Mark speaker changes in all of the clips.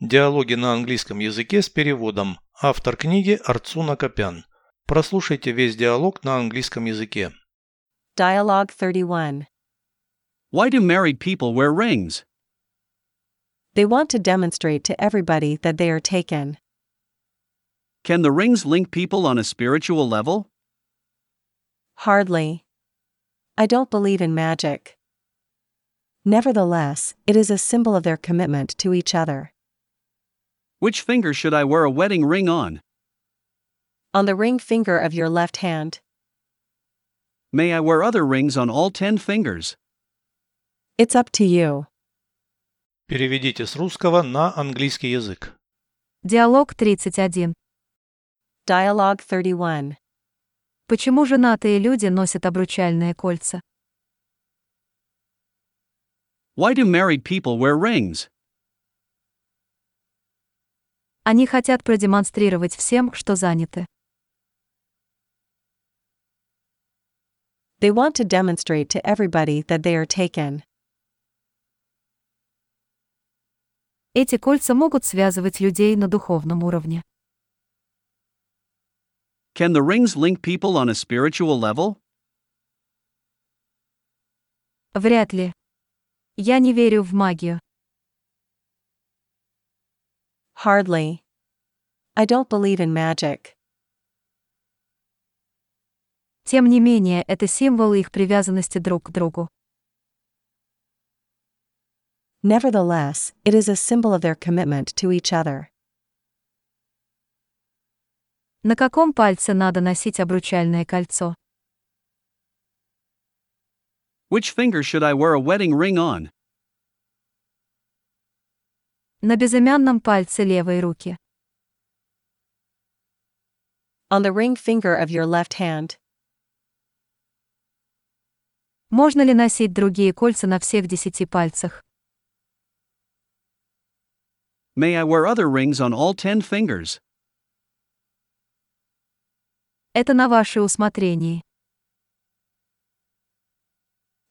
Speaker 1: Диалоги на английском языке с переводом. Автор книги Арцуна Копян. Прослушайте весь диалог на английском языке.
Speaker 2: Dialogue 31.
Speaker 3: Why do married people wear rings?
Speaker 2: They want to demonstrate to everybody that they are taken.
Speaker 3: Can the rings link people on a spiritual level?
Speaker 2: Hardly. I don't believe in magic. Nevertheless, it is a symbol of their commitment to each other.
Speaker 3: Which finger should I wear a wedding ring on?
Speaker 2: On the ring finger of your left hand,
Speaker 3: May I wear other rings on all 10 fingers?
Speaker 2: it's up to you.
Speaker 1: Переведите с русского на английский язык.
Speaker 4: Диалог 31.
Speaker 2: Dialogue 31.
Speaker 4: Почему женатые люди носят обручальные кольца?
Speaker 3: Why do married people wear rings?
Speaker 4: Они хотят продемонстрировать всем, что заняты.
Speaker 2: They want to demonstrate to everybody that they are taken.
Speaker 4: Эти кольца могут связывать людей на духовном уровне.
Speaker 3: Can the rings link people on a spiritual level?
Speaker 4: Вряд ли. Я не верю в магию.
Speaker 2: Hardly. I don't believe in magic.
Speaker 4: Тем не менее, это символ их привязанности друг к другу.
Speaker 2: Nevertheless, it is a symbol of their commitment to each other.
Speaker 4: На каком пальце надо носить обручальное кольцо?
Speaker 3: Which finger should I wear a wedding ring on?
Speaker 4: На безымянном пальце левой руки.
Speaker 2: On the ring finger of your left hand,
Speaker 4: Можно ли носить другие кольца на всех десяти пальцах?
Speaker 3: May I wear other rings on all 10 fingers?
Speaker 4: Это на ваше усмотрение.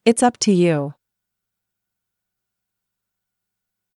Speaker 2: it's up to you.